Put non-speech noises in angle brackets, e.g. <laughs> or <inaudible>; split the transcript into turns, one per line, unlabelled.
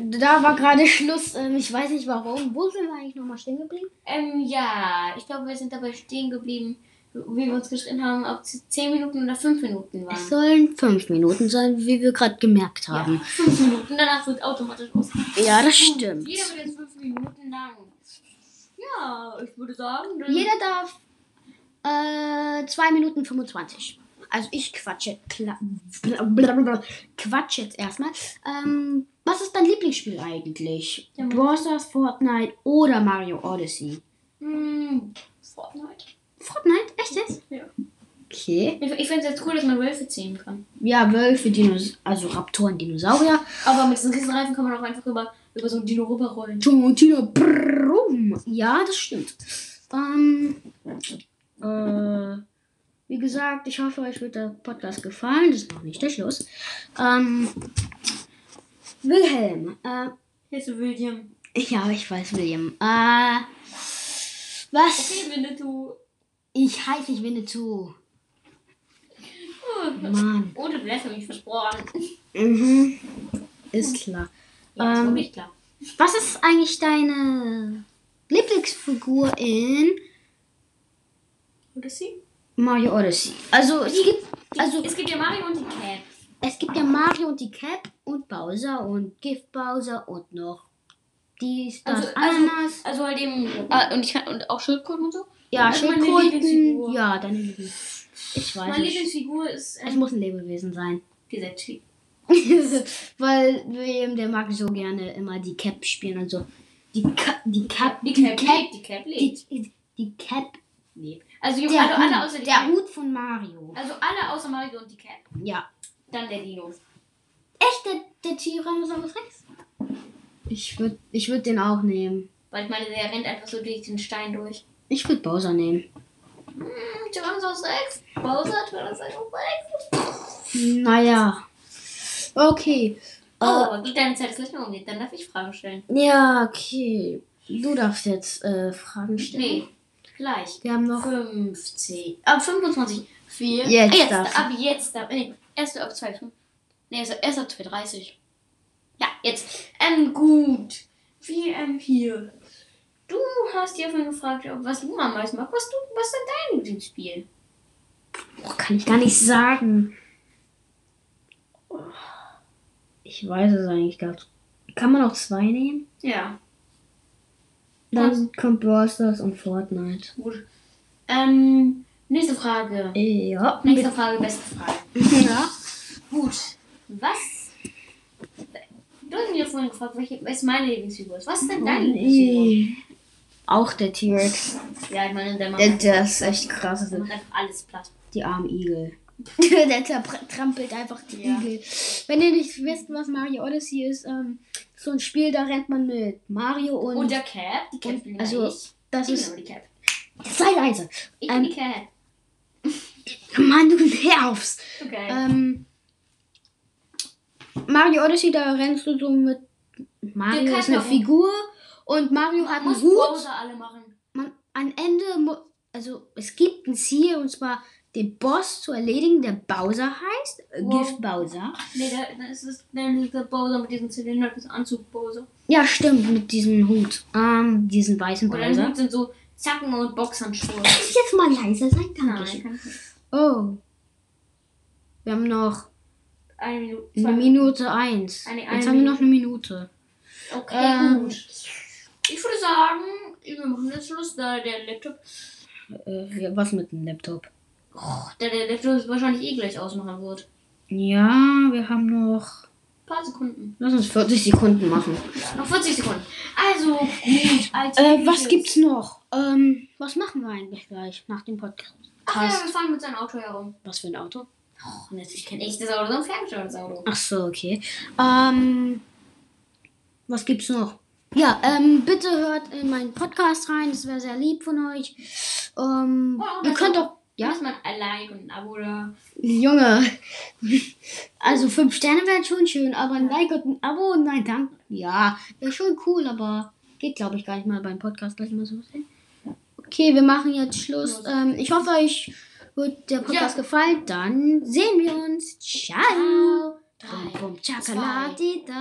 da war gerade Schluss. Ähm, ich weiß nicht warum. Wo sind wir eigentlich nochmal stehen geblieben?
Ähm, ja, ich glaube, wir sind dabei stehen geblieben, wie wir uns geschrien haben, ob es 10 Minuten oder 5 Minuten waren.
Es sollen fünf Minuten sein, wie wir gerade gemerkt haben.
5 Minuten, danach wird automatisch aus.
Ja, das stimmt.
Jeder wird jetzt 5 Minuten lang. Ja, ich würde sagen, dann
Jeder darf.
Äh, 2 Minuten 25.
Also ich quatsche. kla- blablabla, Quatsch jetzt erstmal. Ähm, was ist dein Lieblingsspiel eigentlich?
Ja,
Brawl Stars, Fortnite oder Mario Odyssey?
Hm, Fortnite.
Fortnite? Echt jetzt?
Ja.
Okay.
Ich, ich finde es jetzt cool, dass man Wölfe ziehen kann.
Ja, Wölfe, Dinos also Raptoren, Dinosaurier.
Aber mit diesen Riesenreifen kann man auch einfach über, über so ein Dino rüberrollen.
Tino, brumm. Ja, das stimmt. Ähm, äh, wie gesagt, ich hoffe, euch wird der Podcast gefallen. Das ist noch nicht der Schluss. Ähm, Wilhelm. Äh,
Hier ist William.
ja, ich weiß, William. Äh, was?
Okay, Winnetou.
Ich heiße dich Winnetou. Mann.
Hm. Ohne Blätter, mich versprochen.
Mhm. Ist klar.
Ja, das war
Ähm,
nicht klar.
Was ist eigentlich deine Lieblingsfigur in
Oder sie?
Mario Odyssey? Also, es gibt, also,
Es gibt ja Mario und die Cat.
es gibt ja Mario und die Cap und Bowser und Gift Bowser und noch dies, das,
Also- also-
Ananas.
Also halt eben. Ah, und ich kann und auch Schildkröten und so.
ja,
also meine
Schildkröten.
Lieblingsfigur.
Ja, deine Lieblings. Ich weiß
Meine
nicht.
Lieblingsfigur ist
Es
ähm,
muss ein Lebewesen sein. <laughs>
dieser Chi.
Weil William, der mag so gerne immer die Cap spielen und so. Die Cap, die Cap,
Die Cap lebt. Die Cap lebt.
die, die Cap,
lebt. Also, Junge,
der,
alle, alle außer
Hut,
die
der
Cat.
Hut von Mario.
Also alle außer Mario und die Cat.
Ja,
Dann der Dino.
Echt der, der Tyrannosaurus Rex? Ich würde ich würd den auch nehmen.
Weil ich meine, der rennt einfach so durch den Stein durch.
Ich würde Bowser nehmen.
Hm, Tyrannosaurus Rex. Bowser, Tyrannosaurus Rex.
Naja. Okay.
Oh, geht deine Zeit ist gleich mal umgeht. Dann darf ich Fragen stellen.
Ja, okay. Du darfst jetzt äh, Fragen stellen.
Nee, gleich.
Wir haben noch.
50. Ab 25. 4.
Jetzt
erst,
darfst du.
Ab Ah, jetzt. Ab, nee, erst ab 2. Nee, erst, erst ab 2.30. Ja, jetzt. Ähm, gut. Wie, ähm, hier. Du hast ja vorhin gefragt, ob- was du am meisten magst. Was, du, was ist denn dein Lieblingsspiel?
Boah, oh, kann ich gar nicht sagen. Ich weiß es eigentlich gar nicht. Kann man auch zwei nehmen?
Ja,
Dann kommt Brawl Stars und Fortnite.
gut. Ähm, nächste Frage.
Äh, Ja.
Nächste Frage, beste Frage.
<laughs> Ja.
Gut. Was? Du hast mich ja vorhin gefragt, welche, was meine Lieblingsfigur ist. Was ist denn deine Lieblingsfigur?
Oh, Nee. Äh. Auch der T-Rex.
Ja, ich meine, der macht,
Der,
der,
der ist echt krass.
macht einfach alles platt.
Die armen Igel. <laughs> der zerpr- trampelt einfach die
Ja.
Igel. Wenn ihr nicht wisst, was Mario Odyssey ist, ähm, so ein Spiel, da rennt man mit Mario und.
Und, der Cap, die Cap
und-
bin ja
also,
ich.
das
Ich bin
ist.
aber die Cap.
Sei leise!
Genau. Ich
ähm,
bin die Cap.
Mann, du nervst!
Okay.
Ähm, Mario Odyssey, da rennst du so mit. Mario
Der
ist eine
kann auch-
Figur und Mario hat einen
Muss
Hut.
Bowser alle machen.
Man, am Ende, mu- also es gibt ein Ziel und zwar den Boss zu erledigen, der Bowser heißt. Äh,
Wow.
Gift Bowser.
Nee, da, da ist es dann dieser Bowser mit diesem Zylinder, das Anzug Bowser.
Ja, stimmt, mit diesem Hut. Ähm, diesen weißen
Und dann
Bowser.
sind so Zacken und Boxhandschuhe.
Kann ich jetzt mal leiser sein? Danke.
Nein, kann ich nicht.
Oh. Wir haben noch
Eine Minute.
eine Minute eins.
Eine-
jetzt
eine
haben wir noch eine Minute.
Okay,
Ähm,
gut. Ich würde sagen, wir machen jetzt Schluss, da der Laptop,
Äh, was mit dem Laptop?
oh, da der Laptop es wahrscheinlich eh gleich ausmachen wird.
Ja, wir haben noch.
Ein paar Sekunden.
Lass uns 40 Sekunden machen.
Noch 40 Sekunden. Also, gut. Als
Äh, was
nächstes-
gibt's noch? Ähm, was machen wir eigentlich gleich nach dem Podcast?
Ach ja, wir fahren mit seinem Auto herum.
Was für ein Auto?
Och, natürlich kein echtes Auto, sondern ferngesteuertes Auto.
Ach so, okay. Ähm, was gibt's noch? Ja, ähm, bitte hört in meinen Podcast rein. Das wäre sehr lieb von euch. Ähm,
Oh,
ihr
das
könnt
auch-
auch,
Ja?
ja,
Muss man ein Like und ein Abo da.
Junge. Also fünf Sterne wären schon schön, aber ein Like und ein Abo und ein Dank. Ja, wäre schon cool, aber geht glaube ich gar nicht mal beim Podcast gleich mal so. schnell. Okay, wir machen jetzt Schluss. Ähm, ich hoffe, euch wird der Podcast
Ja.
gefallen. Dann sehen wir uns. Ciao.
Drei,
Bum, bum,
zwei,
Chakalati, da.